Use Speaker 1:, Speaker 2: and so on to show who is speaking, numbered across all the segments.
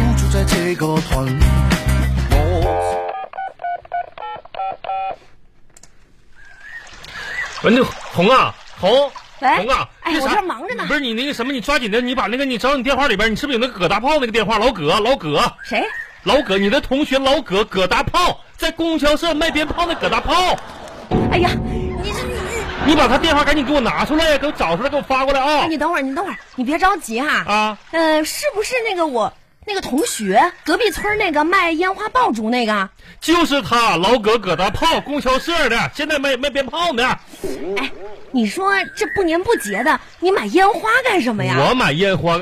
Speaker 1: 你個群，我
Speaker 2: 完了，红啊，红，
Speaker 3: 喂
Speaker 2: 红啊，
Speaker 3: 哎
Speaker 2: 那啥
Speaker 3: 我这忙着呢
Speaker 2: 不是你那个什么，你抓紧的，你把那个你找你电话里边，你是不是有那个葛大炮那个电话？老葛，老葛，
Speaker 3: 谁？
Speaker 2: 老葛，你的同学老葛，葛大炮在供销社卖鞭炮那葛大炮，
Speaker 3: 哎呀，你这你
Speaker 2: 你把他电话赶紧给我拿出来呀，给我找出来，给我发过来啊
Speaker 3: 哎，你等会儿，你等会儿，你别着急哈。
Speaker 2: 啊！
Speaker 3: 呃，是不是那个我那个同学，隔壁村儿那个卖烟花爆竹那个？
Speaker 2: 就是他，老葛葛大炮，供销社的，现在卖卖鞭炮呢。
Speaker 3: 哎，你说这不年不节的，你买烟花干什么呀？
Speaker 2: 我买烟花，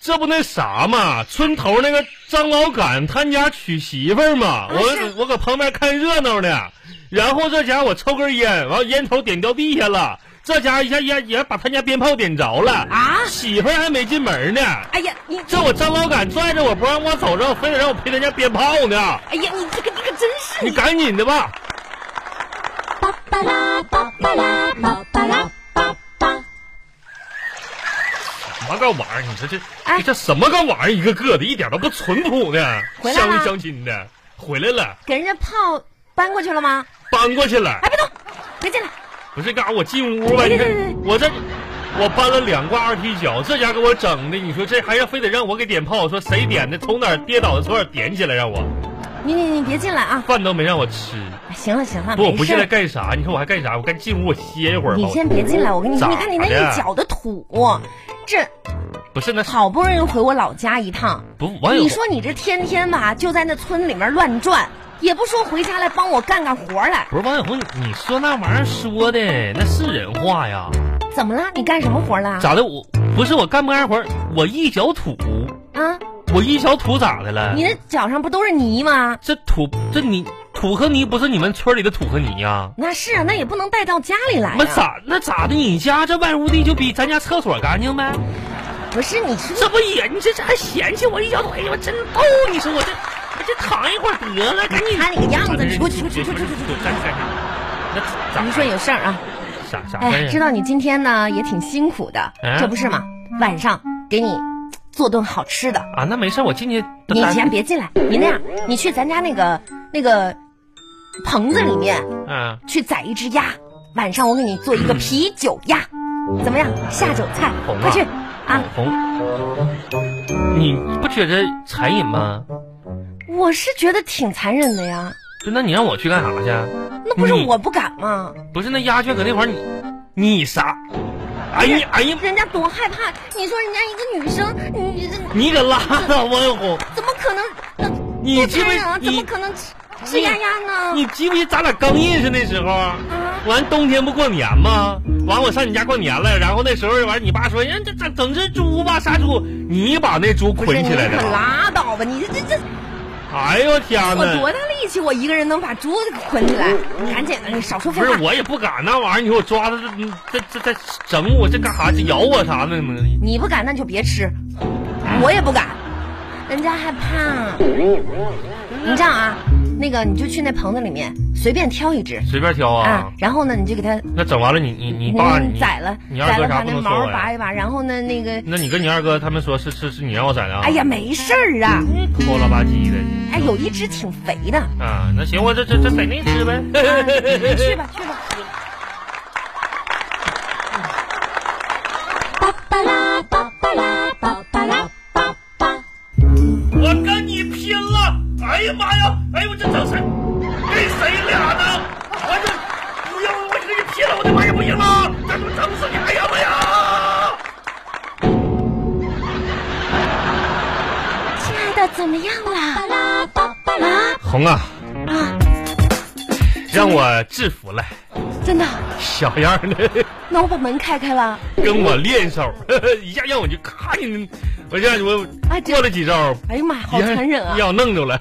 Speaker 2: 这不那啥嘛，村头那个张老杆他家娶媳妇儿嘛，
Speaker 3: 啊是
Speaker 2: 我我搁旁边看热闹呢，然后这家伙我抽根烟，完烟头点掉地下了，这家伙一下也也把他家鞭炮点着了
Speaker 3: 啊
Speaker 2: 媳妇儿还没进门呢，
Speaker 3: 哎呀，你
Speaker 2: 这我张老杆拽着我不让我走，让我非得让我陪他家鞭炮呢，
Speaker 3: 哎呀，你这个这个真是
Speaker 2: 你赶紧的吧。
Speaker 4: 巴巴拉巴巴拉巴巴拉巴巴。
Speaker 2: 什么个玩意儿？你说这，
Speaker 3: 哎
Speaker 2: 这什么个玩意儿？一个个的，一点都不淳朴呢，
Speaker 3: 回来
Speaker 2: 相
Speaker 3: 了
Speaker 2: 夫相亲的，回来了，
Speaker 3: 给人家炮搬过去了吗？
Speaker 2: 搬过去了。
Speaker 3: 哎，别动，别进来。
Speaker 2: 不是干啥？我进屋吧，你看
Speaker 3: 对对对
Speaker 2: 我这，我搬了两挂二踢脚，这家给我整的，你说这还要非得让我给点炮，说谁点的，从哪儿跌倒的，从哪儿点起来，让我
Speaker 3: 你你你别进来啊！
Speaker 2: 饭都没让我吃。
Speaker 3: 哎行了行了，
Speaker 2: 不，我
Speaker 3: 没
Speaker 2: 不
Speaker 3: 事
Speaker 2: 进来
Speaker 3: 儿。
Speaker 2: 干啥？你看我还干啥？我该进屋我歇一会儿吧。
Speaker 3: 你先别进来，我跟你
Speaker 2: 咋
Speaker 3: 说，你看你那
Speaker 2: 的嗯
Speaker 3: 一脚的土，这
Speaker 2: 不是那
Speaker 3: 好不容易回我老家一趟，
Speaker 2: 不网友，
Speaker 3: 你说你这天天吧就在那村里面乱转，也不说回家来帮我干干活来，
Speaker 2: 不是王小红，你说那玩意儿说的那是人话呀？
Speaker 3: 怎么了？你干什么活了？
Speaker 2: 咋的？我不是我干不干活儿，我一脚土，
Speaker 3: 啊，
Speaker 2: 我一脚土咋的了？
Speaker 3: 你那脚上不都是泥吗？
Speaker 2: 这土这泥土和泥不是你们村里的土和泥呀、
Speaker 3: 那是啊，那也不能带到家里来、
Speaker 2: 那
Speaker 3: 啊。
Speaker 2: 咋那咋的？你家这外屋地就比咱家厕所干净呗？
Speaker 3: 不是你是
Speaker 2: 这不也你这这还嫌弃我一脚腿？我真逗！啊你说我这我这躺一会儿得了，赶紧
Speaker 3: 看你个样子，
Speaker 2: 啊
Speaker 3: 你出去出去出去出去！
Speaker 2: 这这这
Speaker 3: 你说有事儿啊？
Speaker 2: 啥啥
Speaker 3: 哎，知
Speaker 2: 事儿？啊
Speaker 3: 道你今天呢也挺辛苦的，
Speaker 2: 嗯
Speaker 3: 这不是嘛？晚上给你做顿好吃的。
Speaker 2: 啊，那没事，我进去。
Speaker 3: 你先别进来，你那样，你去咱家那个那个棚子里面
Speaker 2: 嗯，
Speaker 3: 去宰一只鸭，晚上我给你做一个啤酒鸭，怎么样？下酒菜，
Speaker 2: 红啊
Speaker 3: 快去啊！
Speaker 2: 红，你不觉得残忍吗？
Speaker 3: 我是觉得挺残忍的呀，
Speaker 2: 就那你让我去干啥去？
Speaker 3: 那不是
Speaker 2: 你
Speaker 3: 我不敢吗？
Speaker 2: 不是那鸦雀搁那块儿，你你啥？哎呀哎呀，
Speaker 3: 人家多害怕，你说人家一个女生，你这
Speaker 2: 你可拉倒吧，王红。
Speaker 3: 怎么可能？呃
Speaker 2: 你
Speaker 3: 多
Speaker 2: 记不
Speaker 3: 残忍啊？怎
Speaker 2: 你
Speaker 3: 么可能吃吃鸭鸭呢？啊
Speaker 2: 你记不记咱俩刚认识那时候？完冬天不过年吗？完我上你家过年了，然后那时候完你爸说，哎这整整只猪吧，杀猪，你把那猪
Speaker 3: 不是
Speaker 2: 捆
Speaker 3: 你
Speaker 2: 起来的啊吧。
Speaker 3: 可拉倒吧！你这这这，
Speaker 2: 哎呦天
Speaker 3: 我
Speaker 2: 哪！
Speaker 3: 多大力气，我一个人能把猪给捆起来？赶紧的，你少说废
Speaker 2: 不是
Speaker 3: 话。
Speaker 2: 我也不敢那玩意儿，你说我抓它这这这这整我这干啥？这咬我啥的呢？
Speaker 3: 你不敢那就别吃，我也不敢，人家害怕。你这样啊，那个你就去那棚子里面随便挑一只
Speaker 2: 随便挑啊
Speaker 3: 啊，。然后呢你就给它
Speaker 2: 那整完了你你你爸
Speaker 3: 嗯
Speaker 2: 你
Speaker 3: 宰了，
Speaker 2: 你二
Speaker 3: 宰
Speaker 2: 哥
Speaker 3: 了
Speaker 2: 啥
Speaker 3: 把
Speaker 2: 不
Speaker 3: 那
Speaker 2: 能说
Speaker 3: 毛
Speaker 2: 我
Speaker 3: 拔
Speaker 2: 呀？
Speaker 3: 一拔，然后呢那个，
Speaker 2: 那你跟你二哥他们说是是是你让我宰的啊？
Speaker 3: 哎呀没事儿啊，
Speaker 2: 抠了吧唧的
Speaker 3: 哎有一只挺肥的，啊
Speaker 2: 啊！那行，我这这这宰那只呗。
Speaker 3: 你去吧去吧。
Speaker 4: 巴巴拉巴巴拉巴巴拉巴巴。
Speaker 2: 我跟你拼了！哎呀妈呀！哎呦，我这整谁？跟谁俩呢？我这不要我跟你拼了！我这玩意儿不行了，这都整死你！哎呀妈呀！
Speaker 3: 亲爱的，怎么样啦？啊
Speaker 2: 红啊，
Speaker 3: 啊，
Speaker 2: 让我制服了，
Speaker 3: 真的，
Speaker 2: 小样的，
Speaker 3: 那我把门开开了。
Speaker 2: 跟我练手， 一下让我就咔你，我这我
Speaker 3: 哎这
Speaker 2: 过了几招，
Speaker 3: 哎呀妈，呀，好残忍啊！
Speaker 2: 让我弄着了，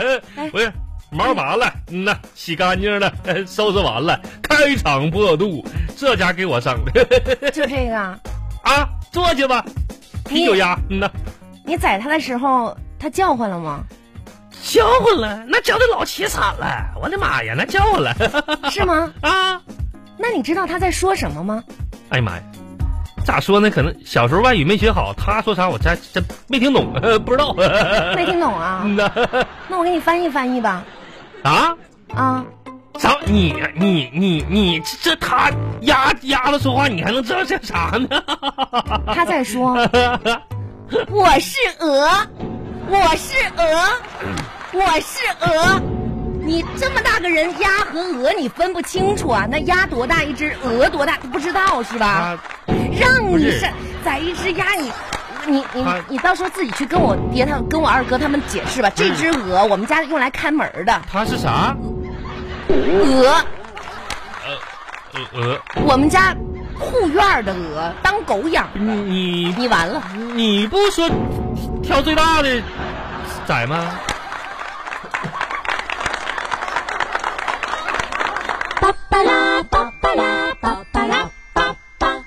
Speaker 3: 哎
Speaker 2: 不是。毛完了，嗯呐，洗干净了， 收拾完了，开膛破肚，这家给我整的，
Speaker 3: 就这个啊，
Speaker 2: 啊，坐去吧。啤酒鸭，嗯呐，
Speaker 3: 你宰它的时候，它叫唤了吗？
Speaker 2: 叫唤了，那叫的老凄惨了，我的妈呀，那叫唤了
Speaker 3: 是吗？
Speaker 2: 啊！
Speaker 3: 那你知道他在说什么吗？
Speaker 2: 哎呀妈呀，咋说呢？可能小时候外语没学好，他说啥我真真没听懂， 呃不知道。
Speaker 3: 没听懂啊？
Speaker 2: 嗯呐，
Speaker 3: 那我给你翻译翻译吧。
Speaker 2: 啊，
Speaker 3: 啊，
Speaker 2: 啥？你你你你这这他丫丫头说话，你还能知道这啥呢？
Speaker 3: 他在说
Speaker 2: 嗯
Speaker 3: 我是鹅，我是鹅，
Speaker 2: 嗯
Speaker 3: 我是鹅。你这么大个人，鸭和鹅你分不清楚啊？那鸭多大一只，鹅多大不知道是吧？
Speaker 2: 啊，
Speaker 3: 让
Speaker 2: 不
Speaker 3: 你
Speaker 2: 是啊
Speaker 3: 是宰一只鸭，你你你
Speaker 2: 他
Speaker 3: 你到时候自己去跟我爹他跟我二哥他们解释吧。
Speaker 2: 嗯
Speaker 3: 这只鹅我们家用来看门儿的
Speaker 2: 他是啥？
Speaker 3: 鹅，
Speaker 2: 呃呃，
Speaker 3: 我们家护院儿的鹅当狗养，
Speaker 2: 你
Speaker 3: 你完了。
Speaker 2: 你不说挑最大的宰吗？
Speaker 4: パッパラーパッパラーパッパラーパッパ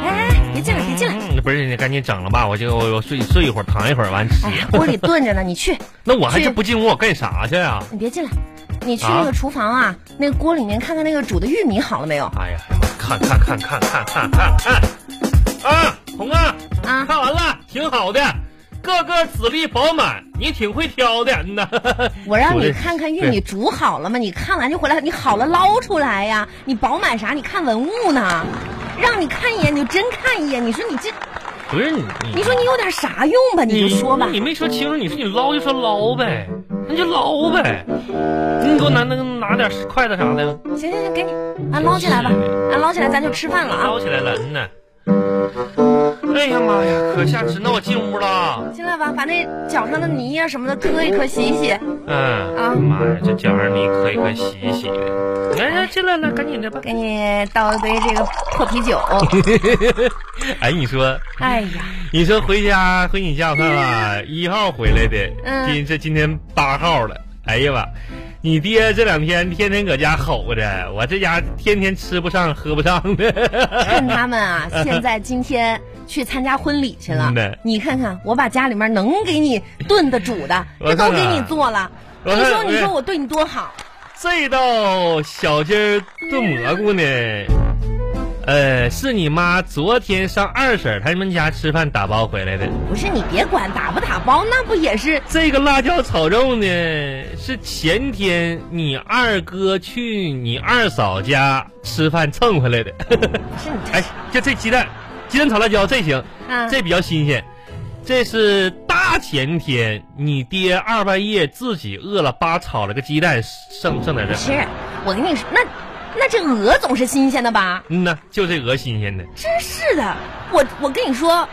Speaker 3: 哎，别进来，别进来。
Speaker 2: 嗯，不是，你赶紧整了吧，我就我我睡睡一会儿，躺一会儿，完直
Speaker 3: 哎
Speaker 2: 接
Speaker 3: 呀，。锅里炖着呢，你去，
Speaker 2: 那我还
Speaker 3: 去
Speaker 2: 是不进屋，我干啥去啊？
Speaker 3: 你别进来，你去那个厨房啊，那个锅里面看看那个煮的玉米好了没有？
Speaker 2: 哎呀，哎呀妈看看看看看看看看，啊，红啊，
Speaker 3: 啊
Speaker 2: 看完了，挺好的，个个籽粒饱满，你挺会挑的， 嗯呐。
Speaker 3: 我让
Speaker 2: 说
Speaker 3: 你
Speaker 2: 的
Speaker 3: 看看玉米煮好了吗？你看完就回来，你好了捞出来呀！你饱满啥？你看文物呢？让你看一眼你就真看一眼，你说你这，
Speaker 2: 不是你，
Speaker 3: 你说你有点啥用吧？你就说吧。
Speaker 2: 你没说清楚，你说你捞就说捞呗，那就捞呗。你给我拿那个拿点筷子啥的，
Speaker 3: 行行行，给你啊捞起来吧，啊捞起来咱就吃饭了啊！
Speaker 2: 捞起来了，嗯呐。哎呀妈呀，可下吃！那我进屋了。
Speaker 3: 进来吧，把那脚上的泥呀、什么的磕一磕，洗一洗。
Speaker 2: 嗯，
Speaker 3: 啊
Speaker 2: 妈呀，这脚上泥可以可洗一洗的。来来，进来了，赶紧的吧。
Speaker 3: 给你倒一杯这个破啤 酒。
Speaker 2: 哎，你说，
Speaker 3: 哎呀，
Speaker 2: 你说回家回你家，我看吧，一号回来的，
Speaker 3: 嗯
Speaker 2: 今这今天八号了，哎呀妈，你爹这两天天天搁家吼着，我这家天天吃不上喝不上 的，
Speaker 3: 看他们啊，现在今天去参加婚礼去了
Speaker 2: 嗯对。
Speaker 3: 你看看，我把家里面能给你炖的、煮的，
Speaker 2: 我
Speaker 3: 这都
Speaker 2: 看看
Speaker 3: 给
Speaker 2: 啊
Speaker 3: 你做了。
Speaker 2: 我
Speaker 3: 你
Speaker 2: 看
Speaker 3: 说，你
Speaker 2: 我
Speaker 3: 说我对你多好？
Speaker 2: 这道小鸡儿炖蘑菇呢，呃，是你妈昨天上二婶儿他们家吃饭打包回来的。
Speaker 3: 不是你别管打不打包，那不也是
Speaker 2: 这个辣椒炒肉呢，是前天你二哥去你二嫂家吃饭蹭回来的。
Speaker 3: 是你
Speaker 2: 哎，就这鸡蛋，鸡蛋炒辣椒这行，
Speaker 3: 啊？
Speaker 2: 这比较新鲜。这是大前天你爹二半夜自己饿了吧炒了个鸡蛋，剩剩在这儿。
Speaker 3: 是我跟你说，那那这鹅总是新鲜的吧？
Speaker 2: 嗯呐，就这鹅新鲜的，
Speaker 3: 真是的，我我跟你说，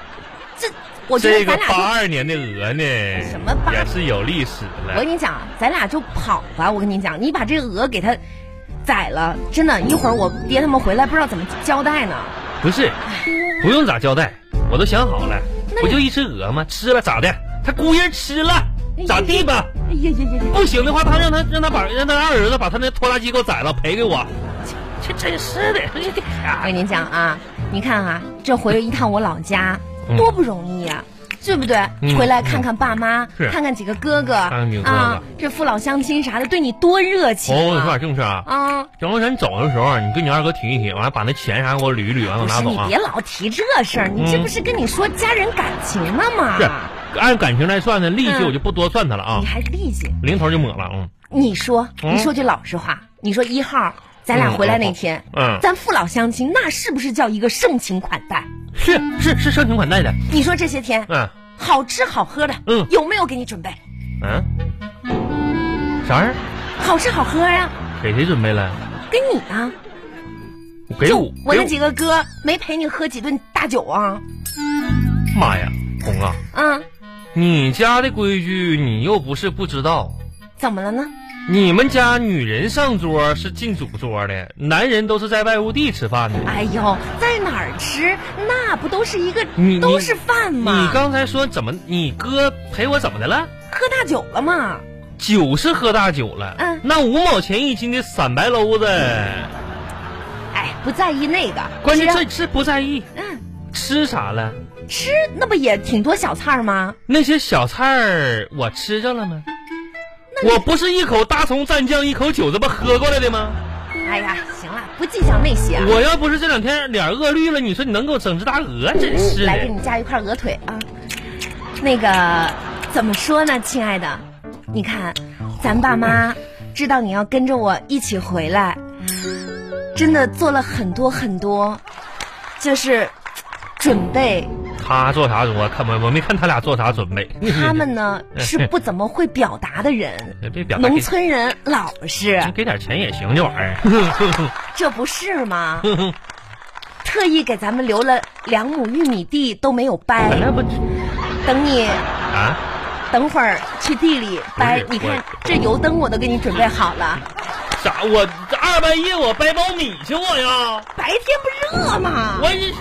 Speaker 3: 这我觉
Speaker 2: 这
Speaker 3: 得
Speaker 2: 个
Speaker 3: 咱俩就
Speaker 2: 八二年的鹅呢，
Speaker 3: 什么八
Speaker 2: 也是有历史了。
Speaker 3: 我跟你讲，咱俩就跑吧。我跟你讲，你把这个鹅给它宰了，真的，一会儿我爹他们回来不知道怎么交代呢。
Speaker 2: 不是，不用咋交代，我都想好了，
Speaker 3: 哎那
Speaker 2: 不
Speaker 3: 你
Speaker 2: 就一只鹅吗？吃了咋的？他姑爷吃了咋地吧？
Speaker 3: 哎呀呀呀呀！
Speaker 2: 不行的话，他让他让他把让他二儿子把他那拖拉机给我宰了赔给我。这这真是的，哎这这
Speaker 3: 我
Speaker 2: 啥
Speaker 3: 跟你讲啊，你看啊，这回一趟我老家，
Speaker 2: 嗯
Speaker 3: 多不容易呀、对不对？
Speaker 2: 嗯
Speaker 3: 回来看看爸妈，
Speaker 2: 是
Speaker 3: 看看几个哥哥
Speaker 2: 看几个哥哥
Speaker 3: 啊，这父老乡亲啥的，对你多热情
Speaker 2: 我我说
Speaker 3: 啊！
Speaker 2: 点正事啊，
Speaker 3: 啊，
Speaker 2: 等会咱走的时候，你跟你二哥提一提，完了把那钱啥给我捋一捋，完了我
Speaker 3: 不
Speaker 2: 拿
Speaker 3: 是
Speaker 2: 走
Speaker 3: 你
Speaker 2: 啊。
Speaker 3: 别老提这事儿，你这
Speaker 2: 嗯
Speaker 3: 不是跟你说家人感情呢吗？
Speaker 2: 是，啊按感情来算呢，利息
Speaker 3: 嗯
Speaker 2: 我就不多算他了啊
Speaker 3: 你，还利息？
Speaker 2: 零头就抹了，嗯。
Speaker 3: 你说，
Speaker 2: 嗯
Speaker 3: 你说句老实话，你说一号，咱俩回来那天，
Speaker 2: 嗯嗯
Speaker 3: 咱父老乡亲，那是不是叫一个盛情款待？
Speaker 2: 是是是盛情款待的，
Speaker 3: 你说这些天，
Speaker 2: 嗯
Speaker 3: 好吃好喝的，
Speaker 2: 嗯
Speaker 3: 有没有给你准备？
Speaker 2: 嗯，啥玩意儿？
Speaker 3: 好吃好喝呀、
Speaker 2: 给谁准备了？
Speaker 3: 啊，跟你啊，
Speaker 2: 给我，
Speaker 3: 我
Speaker 2: 给
Speaker 3: 那几个哥没陪你喝几顿大酒啊？
Speaker 2: 妈呀，红啊，
Speaker 3: 嗯，
Speaker 2: 你家的规矩你又不是不知道。
Speaker 3: 怎么了呢？
Speaker 2: 你们家女人上桌是进主桌的，男人都是在外屋地吃饭的。
Speaker 3: 哎呦，在哪儿吃？那不都是一个
Speaker 2: 你你
Speaker 3: 都是饭
Speaker 2: 你
Speaker 3: 吗？
Speaker 2: 刚才说怎么？你哥陪我怎么的了？
Speaker 3: 喝大酒了吗？
Speaker 2: 酒是喝大酒了，
Speaker 3: 嗯
Speaker 2: 那五毛钱一斤的散白篓子，
Speaker 3: 哎，不在意那个，
Speaker 2: 关键
Speaker 3: 只要
Speaker 2: 这这不在意，
Speaker 3: 啊嗯，
Speaker 2: 吃啥了？
Speaker 3: 吃那不也挺多小菜儿吗？
Speaker 2: 那些小菜儿我吃着了吗？我不是一口大葱蘸酱，一口酒这不喝过来的吗？
Speaker 3: 哎呀，行了，不计较那些啊。
Speaker 2: 我要不是这两天脸饿绿了，你说你能给我整只大鹅，真是
Speaker 3: 嗯来给
Speaker 2: 的。
Speaker 3: 你加一块鹅腿啊。那个怎么说呢，亲爱的，你看，咱爸妈知道你要跟着我一起回来，真的做了很多很多，就是准备。
Speaker 2: 他做啥我看我我没看他俩做啥准备。
Speaker 3: 他们呢 是不怎么会表达的人，
Speaker 2: 别嗯 表达嗯
Speaker 3: 农村人老实，
Speaker 2: 给点钱也行，这玩意儿。
Speaker 3: 这不是吗？ 特意给咱们留了两亩玉米地都没有掰，
Speaker 2: 那不
Speaker 3: 等你
Speaker 2: 啊？
Speaker 3: 等会儿去地里掰
Speaker 2: 不是。
Speaker 3: 你看
Speaker 2: 我
Speaker 3: 这油灯我都给你准备好了，
Speaker 2: 啥？我这二半夜我掰苞米去我呀？
Speaker 3: 白天不热吗？
Speaker 2: 我一